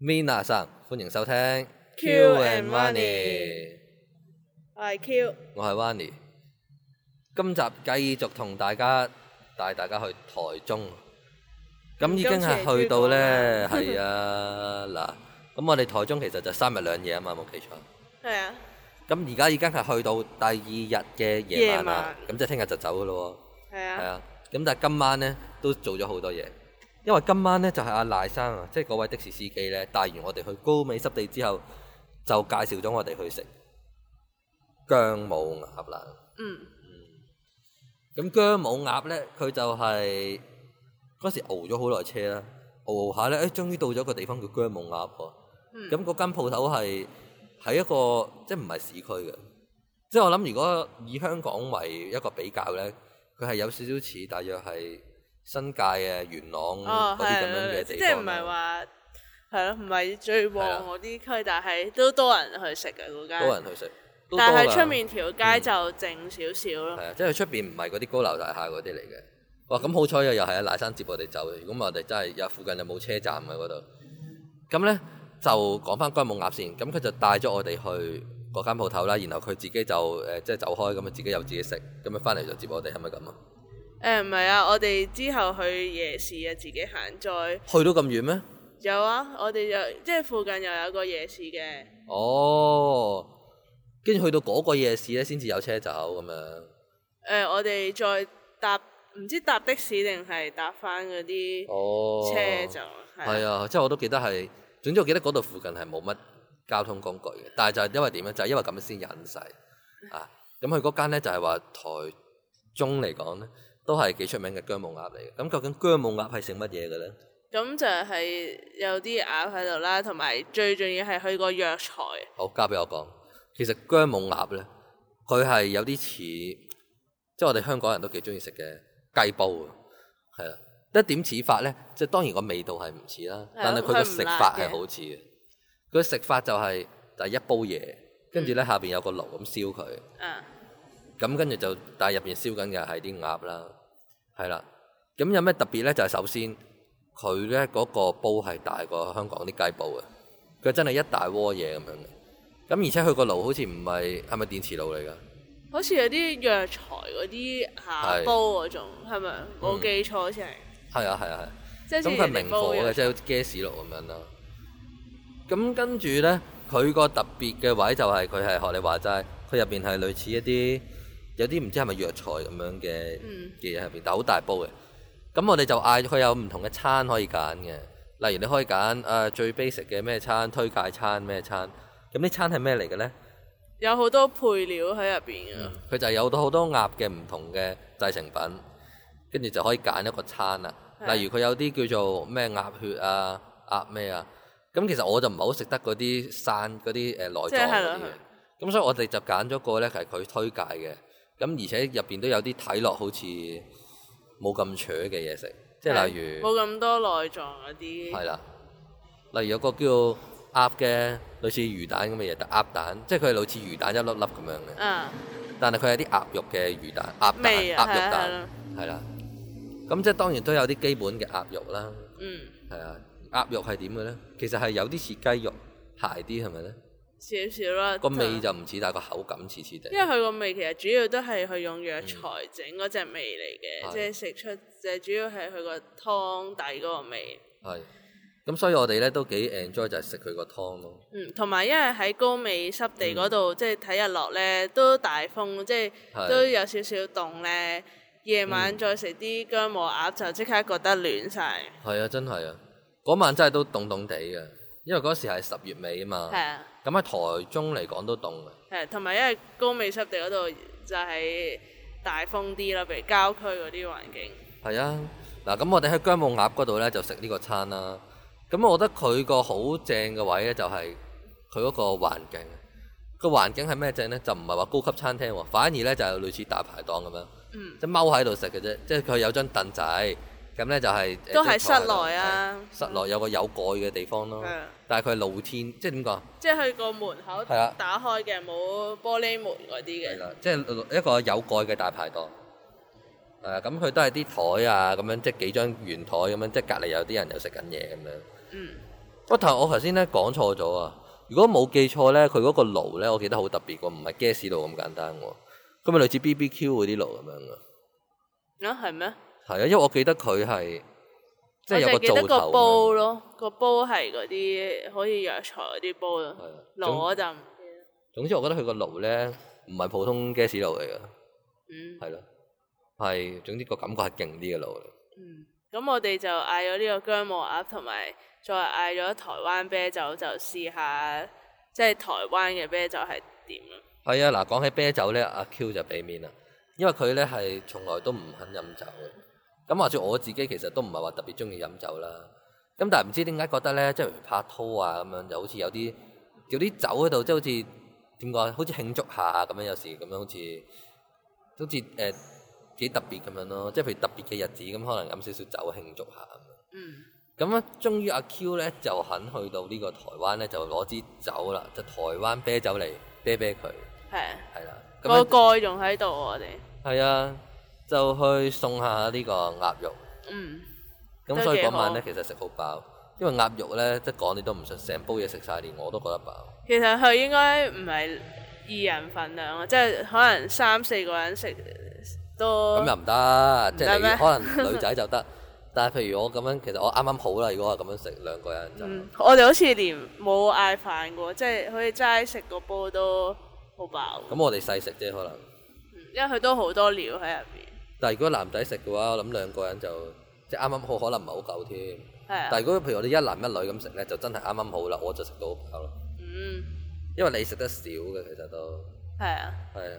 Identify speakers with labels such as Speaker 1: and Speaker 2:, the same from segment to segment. Speaker 1: Mina 生，歡迎收聽
Speaker 2: Q and Wanny 我係 Q，
Speaker 1: 我係 Wanny。今集繼續同大家帶大家去台中，咁已經係去到咧，係啊嗱。咁我哋台中其實就三日兩夜啊嘛，冇記錯。
Speaker 2: 係啊，
Speaker 1: 咁而家已經係去到第二日嘅夜晚啦，
Speaker 2: 夜
Speaker 1: 咁即係聽日就走噶咯
Speaker 2: 係
Speaker 1: 喎。係
Speaker 2: 啊，
Speaker 1: 啊，咁但係今晚咧都做咗好多嘢，因為今晚咧就係阿賴生啊，即係嗰位的士司機咧帶完我哋去高美濕地之後，就介紹咗我哋去食姜母鴨啦。
Speaker 2: 嗯，
Speaker 1: 咁姜母鴨咧，佢就係嗰時熬咗好耐車啦，熬熬下咧，誒、終於到咗個地方叫姜母鴨喎。
Speaker 2: 嗯
Speaker 1: 咁嗰間鋪頭係喺一個即係唔係市區嘅，即係我諗如果以香港為一個比較咧，佢係有少少似大約係新界嘅元朗
Speaker 2: 哦
Speaker 1: 嗰啲
Speaker 2: 係
Speaker 1: 咁樣
Speaker 2: 啊，
Speaker 1: 嘅
Speaker 2: 即
Speaker 1: 地方啦。啊
Speaker 2: 係唔係話係咯，唔係最旺嗰啲區，但係都多人去食嘅嗰間，
Speaker 1: 多人去食，都
Speaker 2: 但係
Speaker 1: 多㗎嗯
Speaker 2: 出面條街就靜少少咯，
Speaker 1: 係啊，即係出邊唔係嗰啲高樓大廈嗰啲嚟嘅。哇，咁好彩又又係啊，賴生接我哋走。如果唔係我哋真係有附近又冇車站嘅嗰度。咁咧就講翻姜母鴨先。咁佢就帶咗我哋去嗰間鋪頭啦，然後佢自己就誒、呃即係走開，咁啊自己有自己食，咁樣翻嚟就接我哋，係咪咁啊？
Speaker 2: 誒唔係啊，我哋之後去夜市啊，自己行再
Speaker 1: 去到咁遠咩？
Speaker 2: 有啊，我哋又即係附近又有個夜市嘅，
Speaker 1: 哦，跟住去到嗰個夜市咧，先至有車走咁樣。
Speaker 2: 誒我哋再搭唔知搭的士定係搭翻嗰啲
Speaker 1: 哦，
Speaker 2: 車就
Speaker 1: 係
Speaker 2: 啊，
Speaker 1: 啊，即係我都記得係，總之我記得嗰度附近係冇乜交通工具嘅，但係就係因為點咧，就係、因為咁先引晒啊。咁佢嗰間咧就係話台中嚟講咧，都係幾出名嘅姜母鴨嚟嘅。咁究竟姜母鴨係食乜嘢嘅咧？
Speaker 2: 咁就係有啲鴨喺度啦，同埋最重要係佢個藥材。
Speaker 1: 好，交俾我講。其實姜母鴨咧，佢係有啲似，即係我哋香港人都幾中意食嘅雞煲啊，係啦。一點似法咧，即係當然個味道係唔似啦，
Speaker 2: 係啊
Speaker 1: 但係佢個食法係
Speaker 2: 佢唔辣嘅
Speaker 1: 好似嘅。佢食法就係、就係、一煲嘢，跟住咧
Speaker 2: 嗯
Speaker 1: 下邊有個爐咁燒佢，
Speaker 2: 啊，
Speaker 1: 咁跟住就但係入邊燒緊嘅係啲鴨啦，係啦。咁有咩特別咧？就係、首先佢咧嗰個煲係大過香港啲雞煲嘅，佢真係一大鍋嘢咁樣嘅。咁而且佢個爐好似唔係係咪電磁爐嚟㗎？
Speaker 2: 好似有啲藥材嗰啲
Speaker 1: 係
Speaker 2: 下煲嗰種，係咪？冇記錯好似係，
Speaker 1: 係啊係啊係啊。
Speaker 2: 即係
Speaker 1: 咁佢係明火嘅，即係好似 gas 爐咁樣啦。咁跟住咧，佢個特別嘅位就係佢係學你話齋，佢入邊係類似一啲有啲唔知係咪藥材咁樣嘅
Speaker 2: 嗯
Speaker 1: 嘅嘢入邊，但係好大煲嘅。咁我哋就嗌佢有唔同嘅餐可以揀嘅，例如你可以揀誒、呃最 basic 嘅咩餐、推介餐咩餐。咁呢餐係咩嚟嘅咧？
Speaker 2: 有好多配料喺入邊嘅。
Speaker 1: 佢就係有到好多鴨嘅唔同嘅製成品，跟住就可以揀一個餐啦。
Speaker 2: 係
Speaker 1: 例如佢有啲叫做咩鴨血啊、鴨咩啊，咁其實我就唔係好食得嗰啲散嗰啲誒內
Speaker 2: 即
Speaker 1: 臟
Speaker 2: 係係
Speaker 1: 嗰啲
Speaker 2: 啦
Speaker 1: 嘢，咁所以我哋就揀咗個咧係佢推介嘅，咁而且入邊都有啲睇落好似冇咁扯嘅嘢食，即係
Speaker 2: 係
Speaker 1: 例如
Speaker 2: 冇咁多內臟嗰啲，
Speaker 1: 係啦，例如有個叫鴨嘅類似魚蛋咁嘅嘢，但鴨蛋即係佢係類似魚蛋一粒粒咁樣嘅。
Speaker 2: 啊
Speaker 1: 但係佢係啲鴨肉嘅魚蛋、鴨蛋、
Speaker 2: 味
Speaker 1: 鴨
Speaker 2: 啊，係
Speaker 1: 肉
Speaker 2: 啊係
Speaker 1: 蛋
Speaker 2: 啦，
Speaker 1: 係啦。咁即係當然都有啲基本嘅鴨肉啦，
Speaker 2: 嗯，
Speaker 1: 係啊。鴨肉係點嘅咧？其實係有啲似雞肉，柴啲係咪咧？
Speaker 2: 少少啦。
Speaker 1: 個味就唔似，但係個口感似似地。
Speaker 2: 啊因為佢個味其實主要都係佢用藥材整嗰隻味嚟
Speaker 1: 係
Speaker 2: 嘅，即係食出就主要係佢個湯底嗰個味。
Speaker 1: 係。咁所以我哋咧都幾 enjoy 就係食佢個湯咯。
Speaker 2: 嗯，同埋因為喺高美濕地嗰度，即係睇日落咧，都大風，即係
Speaker 1: 嗯係嗯
Speaker 2: 都有少少凍咧。夜晚再食啲姜母鴨，就即刻覺得暖晒。
Speaker 1: 係啊，真係啊！嗰晚真係都凍凍地嘅，因為嗰時係十月尾啊嘛。
Speaker 2: 係啊，
Speaker 1: 咁喺台中嚟講都凍嘅。
Speaker 2: 係啊同埋因為高美濕地嗰度就係大風啲啦，譬如郊區嗰啲環境。
Speaker 1: 係啊，嗱咁我哋喺姜母鴨嗰度咧就食呢個餐啦。咁我覺得佢個好正嘅位咧就係佢嗰個環境，個環境係咩正咧？就唔係話高級餐廳喎，反而咧就係類似大排檔咁樣，
Speaker 2: 嗯，
Speaker 1: 即係踎喺度食嘅啫。即係佢有張凳仔，咁咧就係、
Speaker 2: 都
Speaker 1: 即
Speaker 2: 係
Speaker 1: 坐喺
Speaker 2: 室
Speaker 1: 度
Speaker 2: 內啊
Speaker 1: 係室內有個有蓋嘅地方咯
Speaker 2: 係啊。
Speaker 1: 但係佢係露天，即係點講？啊
Speaker 2: 即係佢個門口
Speaker 1: 係啊
Speaker 2: 打開嘅，冇玻璃門嗰啲
Speaker 1: 係
Speaker 2: 嘅。
Speaker 1: 啦，即係一個有蓋嘅大排檔。誒、咁佢都係啲台啊，咁樣即係幾張圓台咁樣，即係隔離有啲人又食緊嘢咁樣。
Speaker 2: 嗯，
Speaker 1: 不過但係我頭先咧講錯咗啊！如果冇記錯咧，佢嗰個爐咧，我記得好特別喎，唔係 gas 爐咁簡單喎，咁咪類似 BBQ 嗰啲爐咁樣噶。
Speaker 2: 啊係咩？
Speaker 1: 係啊，因為我記得佢係即係有
Speaker 2: 我
Speaker 1: 個
Speaker 2: 就記
Speaker 1: 灶
Speaker 2: 得個
Speaker 1: 頭
Speaker 2: 煲
Speaker 1: 咁樣。
Speaker 2: 咯，個煲係嗰啲好似藥材嗰啲煲
Speaker 1: 係
Speaker 2: 咯，
Speaker 1: 啊
Speaker 2: 爐
Speaker 1: 總
Speaker 2: 我就唔
Speaker 1: 總之，我覺得佢個爐咧唔係普通 gas 爐嚟噶，
Speaker 2: 嗯
Speaker 1: 係咯，係總之個感覺係勁啲嘅爐嚟。
Speaker 2: 嗯。咁我哋就嗌咗呢個姜母鴨，同埋再嗌咗台灣啤酒，就試下即係台灣嘅啤酒係點啦。
Speaker 1: 係啊，嗱，講起啤酒咧，阿 Q 就俾面啦，因為佢咧係從來都唔肯飲酒嘅。咁或者我自己其實都唔係話特別中意飲酒啦。咁但係唔知點解覺得咧，即係譬如拍拖啊咁樣，就好似有啲有啲酒喺度，即係好似點講啊，好似慶祝下咁樣，有時咁樣好似好似誒、呃幾特別咁樣咯。即係譬如特別嘅日子咁，可能飲少少酒慶祝下咁樣。
Speaker 2: 嗯，
Speaker 1: 咁咧，終於阿 Q 咧就肯去到呢個台灣咧，就攞支酒啦，就台灣啤酒嚟啤啤佢。
Speaker 2: 係啊。
Speaker 1: 係啦，咁
Speaker 2: 個
Speaker 1: 樣
Speaker 2: 蓋仲喺度，我哋
Speaker 1: 係啊，就去送下呢個鴨肉。
Speaker 2: 嗯
Speaker 1: 咁
Speaker 2: 都
Speaker 1: 所以
Speaker 2: 幾
Speaker 1: 嗰晚咧，
Speaker 2: 好
Speaker 1: 其實食好飽，因為鴨肉咧，即係講你都唔信，成煲嘢食晒，連我都覺得飽。
Speaker 2: 其實佢應該唔係二人份量啊，即係可能三四個人食都
Speaker 1: 咁又唔得，即係
Speaker 2: 唔得 咩
Speaker 1: 你可能女仔就得，但係譬如我咁樣，其實我啱啱好啦。如果我咁樣食兩個人就
Speaker 2: 嗯，我哋好似連冇嗌飯過，即係好似齋食個煲都好飽，
Speaker 1: 咁，我哋細食啫，可能。
Speaker 2: 嗯因為佢都好多料喺入邊。
Speaker 1: 但係如果男仔食嘅話，我諗兩個人就即係啱啱好，可能唔係好夠添。
Speaker 2: 係
Speaker 1: 但係
Speaker 2: 啊，
Speaker 1: 如果譬如我哋一男一女咁食咧，就真係啱啱好啦，我就食到好飽咯。
Speaker 2: 嗯，
Speaker 1: 因為你食得少嘅其實都。
Speaker 2: 係啊，
Speaker 1: 係啊，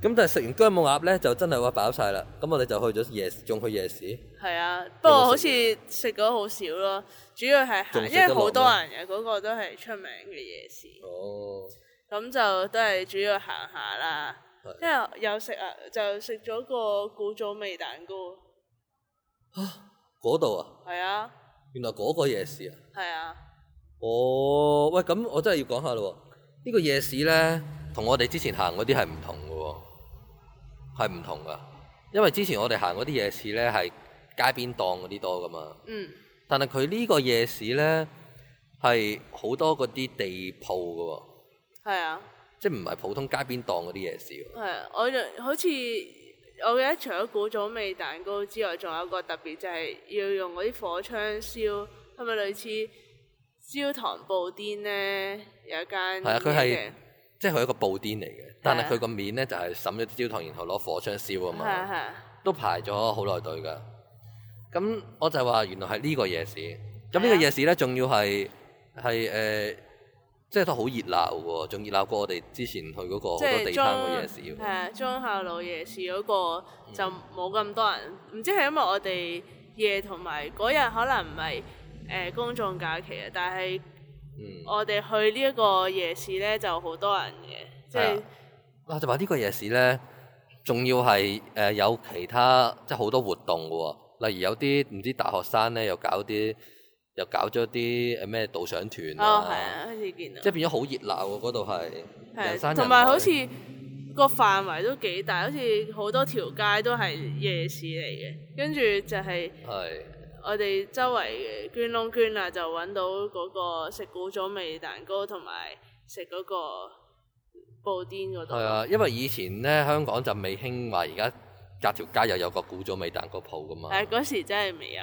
Speaker 1: 咁但係食完姜母鴨咧，就真係話飽晒啦。咁我哋就去咗夜，仲去夜市，
Speaker 2: 係啊。不過好
Speaker 1: 食
Speaker 2: 似食咗好少咯，主要係行，
Speaker 1: 仲食
Speaker 2: 因
Speaker 1: 得
Speaker 2: 為好多
Speaker 1: 落
Speaker 2: 人嘅嗰、個都係出名嘅夜市，
Speaker 1: 哦，
Speaker 2: 咁就都係主要行下啦。因為有食啊，就食咗個古早味蛋糕，
Speaker 1: 嗰度啊，
Speaker 2: 係啊，
Speaker 1: 原來嗰個夜市啊，
Speaker 2: 係啊，
Speaker 1: 哦，喂，咁我真係要講下咯喎，呢、個夜市咧，同我哋之前行嗰啲係唔同嘅喎，係唔同噶，因為之前我哋行嗰啲夜市咧係街邊檔嗰啲多噶嘛，
Speaker 2: 嗯，
Speaker 1: 但係佢呢個夜市咧係好多嗰啲地鋪嘅喎，
Speaker 2: 係啊，
Speaker 1: 即係唔係普通街邊檔嗰啲夜市喎。
Speaker 2: 係啊，我就好似我記得除咗古早味蛋糕之外，仲有一個特別就係要用嗰啲火槍燒，係咪類似焦糖布甸咧？有一間
Speaker 1: 係啊佢係
Speaker 2: 嘅
Speaker 1: 即係佢係一個布甸嚟嘅，但
Speaker 2: 啊
Speaker 1: 係佢個面咧就係滲咗啲焦糖，然後攞火槍燒啊
Speaker 2: 係啊係
Speaker 1: 嘛，
Speaker 2: 啊
Speaker 1: 都排咗好耐隊㗎。咁我就話原來係呢個夜市，咁呢
Speaker 2: 係
Speaker 1: 個
Speaker 2: 啊
Speaker 1: 夜市咧仲要係係誒，即係都好熱鬧喎，仲熱鬧過我哋之前去嗰個好
Speaker 2: 即
Speaker 1: 多地攤
Speaker 2: 係中
Speaker 1: 嘅夜市喎。
Speaker 2: 係啊中孝路夜市嗰個就冇咁多人，唔知係因為我哋夜同埋嗰日可能唔係誒公眾假期啊，但係。
Speaker 1: 嗯，
Speaker 2: 我哋去呢一個夜市咧就好多人嘅，即
Speaker 1: 係
Speaker 2: 係
Speaker 1: 啊我就話呢個夜市咧，仲要係誒有其他即係好多活動㗎喎，例如有啲唔知大學生咧又搞啲又搞咗啲誒呃咩導賞團
Speaker 2: 哦係啊，開始見到
Speaker 1: 即，係變咗好熱鬧喎！嗰度係人山人
Speaker 2: 係
Speaker 1: 海
Speaker 2: 同埋好似個範圍都幾大，好似好多條街都係夜市嚟嘅，跟住就係
Speaker 1: 係
Speaker 2: 我哋周圍捐窿捐啊罅就揾到嗰個食古早味蛋糕同埋食嗰個布甸嗰度，
Speaker 1: 係啊，因為以前咧香港就未興話，而家隔條街又有個古早味蛋糕鋪噶嘛。
Speaker 2: 係嗰時真係未有，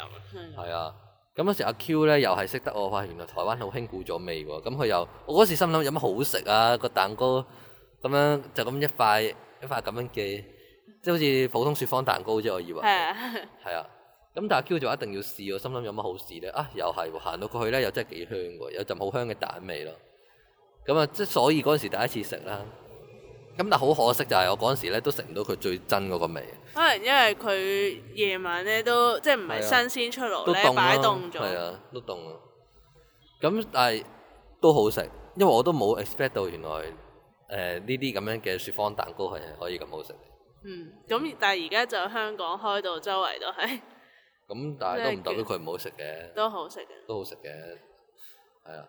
Speaker 2: 係
Speaker 1: 係啊，咁嗰時阿 Q 咧又係識得我，話原來台灣好興古早味喎。咁佢又我嗰時心諗有乜好食啊？個蛋糕咁樣就咁一塊一塊咁樣嘅，即係好似普通雪芳蛋糕啫。我以為
Speaker 2: 係啊。
Speaker 1: 係啊。咁但係 Q 就一定要試，我心諗有乜好試咧？啊，又係喎行到過去咧，又真係幾香喎，有陣好香嘅蛋味咯。咁啊，即係所以嗰陣時第一次食啦。咁但係好可惜就係我嗰陣時咧都食唔到佢最真嗰個味，
Speaker 2: 可能因為佢夜晚咧都即係唔
Speaker 1: 係啊
Speaker 2: 哦係新鮮出
Speaker 1: 都
Speaker 2: 爐咧，
Speaker 1: 凍啦
Speaker 2: 擺凍
Speaker 1: 係
Speaker 2: 咗。
Speaker 1: 啊，都凍啊。咁但係都好食，因為我都冇 expect 到原來誒呢啲咁樣嘅雪芳蛋糕係可以咁好食。
Speaker 2: 嗯，咁但係而家就香港開到周圍都係
Speaker 1: 咁但係都唔代表
Speaker 2: 真係
Speaker 1: 佢唔好食嘅。
Speaker 2: 都好食嘅。
Speaker 1: 都好食嘅，係啊。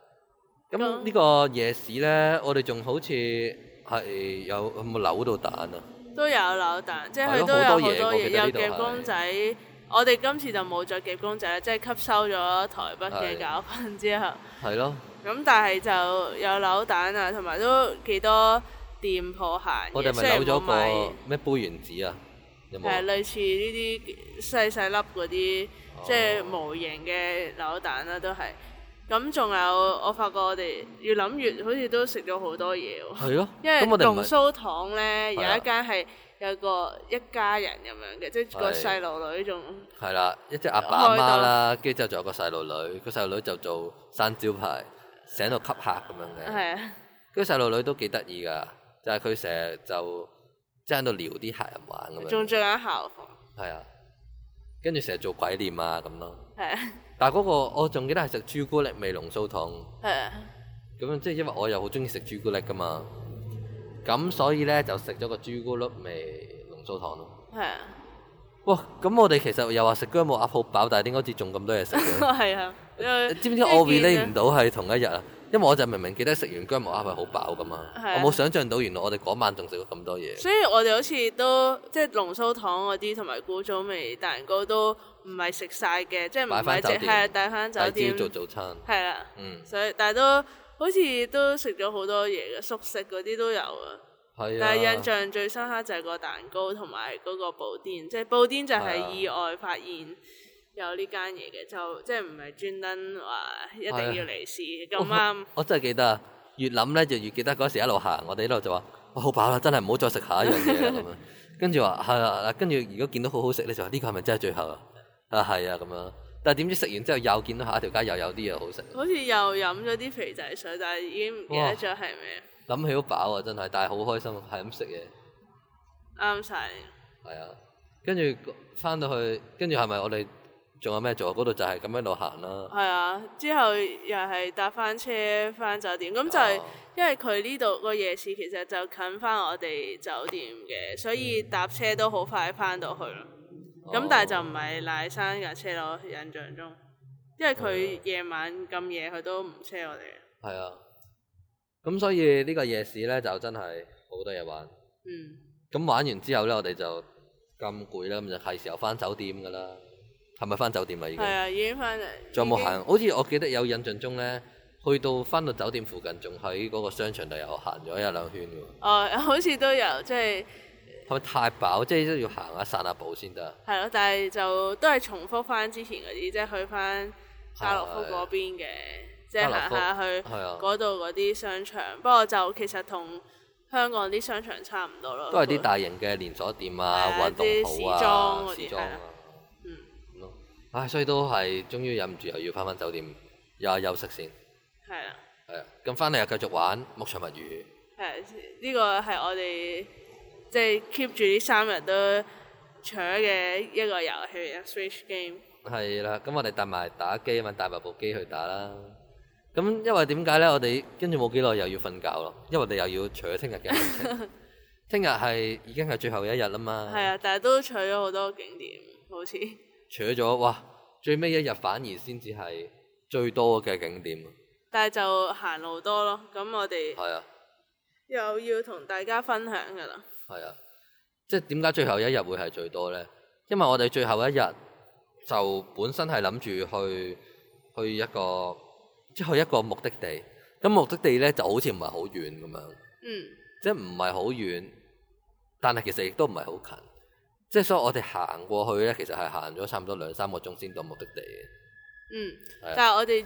Speaker 2: 咁
Speaker 1: 咁呢個夜市咧，我哋仲好似係有有冇扭到蛋啊？
Speaker 2: 都有扭蛋，即係
Speaker 1: 係
Speaker 2: 佢
Speaker 1: 咯
Speaker 2: 都有
Speaker 1: 好
Speaker 2: 好
Speaker 1: 多嘢
Speaker 2: 多
Speaker 1: 我
Speaker 2: 嘢，
Speaker 1: 記得呢
Speaker 2: 有
Speaker 1: 度係
Speaker 2: 夾公仔，我哋今次就冇再夾公仔啦，即係吸收咗台北嘅
Speaker 1: 係
Speaker 2: 教訓之後，
Speaker 1: 係咯，
Speaker 2: 咁但係就有扭蛋啊，同埋都幾多店鋪行嘅
Speaker 1: 我哋
Speaker 2: 雖
Speaker 1: 咪
Speaker 2: 然
Speaker 1: 扭咗
Speaker 2: 冇買嘢
Speaker 1: 個咩杯原子啊？有冇
Speaker 2: 係
Speaker 1: 啊？
Speaker 2: 類似呢啲細細粒嗰啲，
Speaker 1: 哦
Speaker 2: 即係模型嘅扭蛋啦，都係。咁仲有，我發覺我哋越諗越好似都食咗好多嘢喎，
Speaker 1: 係咯，
Speaker 2: 因為
Speaker 1: 咁我哋唔
Speaker 2: 龍
Speaker 1: 係
Speaker 2: 鬚糖呢，有
Speaker 1: 係啊
Speaker 2: 一間係有個一家人咁樣嘅，即係個
Speaker 1: 係
Speaker 2: 細路女仲
Speaker 1: 係啦，一隻阿爸阿媽啦，跟住之後仲有個細路女，個細路女就做生招牌，成日喺度吸客咁樣嘅。
Speaker 2: 係啊，
Speaker 1: 跟住細路女都幾得意㗎，就係佢成日就即係喺度撩啲客人玩咁
Speaker 2: 仲
Speaker 1: 樣，
Speaker 2: 着緊校服，
Speaker 1: 係啊，跟住成日做鬼臉啊咁咯。
Speaker 2: 係啊，
Speaker 1: 但係嗰個我仲記得係食朱古力味濃酥糖，
Speaker 2: 係啊，
Speaker 1: 咁樣即係因為我又好中意食朱古力㗎嘛，咁所以咧就食咗個朱古力味濃酥糖咯。
Speaker 2: 係啊，
Speaker 1: 哇！咁我哋其實又話食姜母鴨好飽，但係點解好似仲咁多嘢食 嘅？
Speaker 2: 係啊，因為
Speaker 1: 知唔知我
Speaker 2: 即係見
Speaker 1: relate 唔到係同一日啊？因為我就明明記得食完姜母鴨係好飽噶嘛，
Speaker 2: 係啊
Speaker 1: 我冇想象到原來我哋嗰晚仲食咗咁多嘢。
Speaker 2: 所以我哋好似都即係龍鬚糖嗰啲同埋古早味蛋糕都唔係食晒嘅，即係唔
Speaker 1: 擺
Speaker 2: 係
Speaker 1: 返
Speaker 2: 淨
Speaker 1: 酒店
Speaker 2: 係啊帶翻酒
Speaker 1: 第
Speaker 2: 店
Speaker 1: 朝做早餐，
Speaker 2: 係啦，
Speaker 1: 嗯，
Speaker 2: 所以但係都好似都食咗好多嘢嘅，熟食嗰啲都有啊。
Speaker 1: 係啊。
Speaker 2: 但係印象最深刻就係個蛋糕同埋嗰個布甸，即係布甸就
Speaker 1: 係
Speaker 2: 係
Speaker 1: 啊
Speaker 2: 意外發現有呢間嘢嘅，就即係唔係專登話一定
Speaker 1: 係啊
Speaker 2: 要嚟試
Speaker 1: 我
Speaker 2: 咁啱。
Speaker 1: 我真係記得啊！越諗咧就越記得嗰時一路行，我哋一路就話：哇，好飽啦，真係唔好再食下一樣嘢啦咁樣。 跟住話係啊，跟住如果見到好好食咧，就話呢個係咪真係最後啊？啊係啊咁樣。但係點知食完之後又見到下一條街又有啲嘢好食，
Speaker 2: 好似又飲咗啲肥仔水，但係已經唔記
Speaker 1: 哇
Speaker 2: 得咗係咩，
Speaker 1: 諗起好飽啊真係，但係好開心，係咁食嘢。
Speaker 2: 啱晒。
Speaker 1: 係啊，跟住翻到去，跟住係咪我哋仲有咩做啊？嗰度就係咁樣度行啦。
Speaker 2: 係啊，之後又係搭翻車翻酒店，咁就係
Speaker 1: 哦
Speaker 2: 因為佢呢度個夜市其實就近翻我哋酒店嘅，所以搭車都好快翻到去咯。咁、
Speaker 1: 哦
Speaker 2: 但係就唔係賴山架車咯，印象中，因為
Speaker 1: 哦
Speaker 2: 佢夜晚咁夜佢都唔車我哋。
Speaker 1: 係啊，咁所以呢個夜市咧就真係好多嘢玩。
Speaker 2: 嗯，
Speaker 1: 咁玩完之後咧，我哋就咁攰啦，咁就係時候翻酒店噶啦。係咪翻酒店啦？已經
Speaker 2: 係啊，已經翻嚟。
Speaker 1: 仲有冇
Speaker 2: 已
Speaker 1: 行？好似我記得有印象中咧，去到翻到酒店附近，仲喺嗰個商場度又行咗一兩圈喎。
Speaker 2: 經？哦，好似都有，即係
Speaker 1: 係咪太飽？即係都要行下散下步先得啊。
Speaker 2: 係咯，但係就都係重複翻之前嗰啲，即係去翻家樂福嗰邊嘅，
Speaker 1: 啊
Speaker 2: 即係行下去。
Speaker 1: 係啊，
Speaker 2: 嗰度嗰啲商場，不過就其實同香港啲商場差唔多咯。
Speaker 1: 都係啲大型嘅連鎖店啊、
Speaker 2: 係啊
Speaker 1: 運動鋪啊、
Speaker 2: 啲時裝嗰啲
Speaker 1: 時裝
Speaker 2: 係
Speaker 1: 啊
Speaker 2: 啊，嗯
Speaker 1: 咁咯。唉，所以都係，終於忍唔住又要翻返酒店，又係休息先。
Speaker 2: 係啦，
Speaker 1: 係啊，咁翻嚟又繼續玩牧場物語。
Speaker 2: 係呢個係我哋即係 keep 住呢三日都搶嘅一個遊戲啊，Switch game。
Speaker 1: 係啦，咁我哋帶埋打機啊嘛，帶埋部機去打啦。咁因為點解咧？我哋跟住冇幾耐又要瞓覺咯，因為我哋又要除咗聽日嘅行程。 聽日係已經係最後一日啦嘛。
Speaker 2: 係啊，但係都搶咗好多景點，好似
Speaker 1: 除咗哇，最尾一日反而先至係最多嘅景點。
Speaker 2: 但係就行路多咯。咁我哋
Speaker 1: 係啊。
Speaker 2: 又要同大家分享㗎啦。
Speaker 1: 係啊，即係點解最後一日會係最多呢？因為我哋最後一日就本身係諗住去去一個即係去一個目的地，咁目的地呢就好似唔係好遠咁樣，
Speaker 2: 嗯，
Speaker 1: 即係唔係好遠，但係其實亦都唔係好近，即係所以我哋行過去呢，其實係行咗差唔多兩三個鐘先到目的地嘅。係
Speaker 2: 嗯，
Speaker 1: 啊
Speaker 2: 但係我哋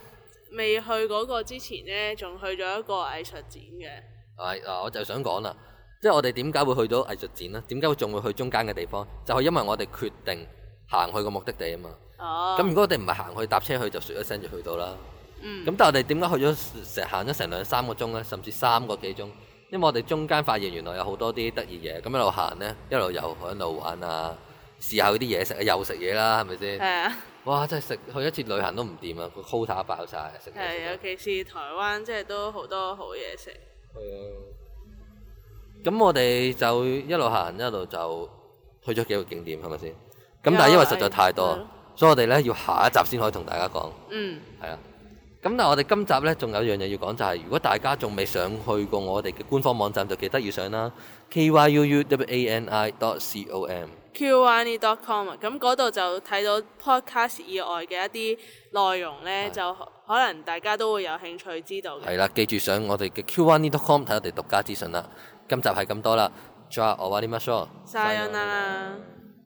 Speaker 2: 未去嗰個之前呢，仲去咗一個藝術展嘅。
Speaker 1: 係嗱，啊我就想講啦，即係我哋點解會去到藝術展呢？點解會仲會去中間嘅地方？就係因為我哋決定行去個目的地啊嘛。
Speaker 2: 哦，
Speaker 1: 咁如果我哋唔係行去搭車去，就説一聲就去到啦。
Speaker 2: 嗯
Speaker 1: 咁、但係我哋點解去咗成行咗成兩三個鐘咧，甚至三個幾鐘？因為我哋中間發現原來有好多啲得意嘢，咁一路行咧，一路又喺度玩啊，試下嗰啲嘢食啊，又食嘢啦，係咪
Speaker 2: 係
Speaker 1: 先？
Speaker 2: 啊。
Speaker 1: 哇！真係食去一次旅行都唔掂啊，個 quota 爆晒，食嘢
Speaker 2: 係，啊尤
Speaker 1: 食
Speaker 2: 其是台灣，即係都好多好嘢食。
Speaker 1: 嘢。啊咁我哋就一路行一路就去咗幾個景點，係咪先？咁但係因為實在太
Speaker 2: 有
Speaker 1: 多
Speaker 2: 啊係，
Speaker 1: 所以我哋咧要下一集先可以同大家講。
Speaker 2: 嗯，
Speaker 1: 係啊。咁但係我哋今集呢，仲有樣嘢要講，就係、如果大家仲未上去過我哋嘅官方網站，就記得要上啦。k y u u w a n i dot c o m
Speaker 2: qani.com 啊，咁嗰度就睇到 podcast 以外嘅一啲內容呢，
Speaker 1: 係
Speaker 2: 就可能大家都會有興趣知道嘅。
Speaker 1: 係啊啦，記住上我哋嘅 qone.com 睇我哋獨家資訊啦。今集係咁多啦，再我玩啲乜 show？
Speaker 2: 晒恩啦。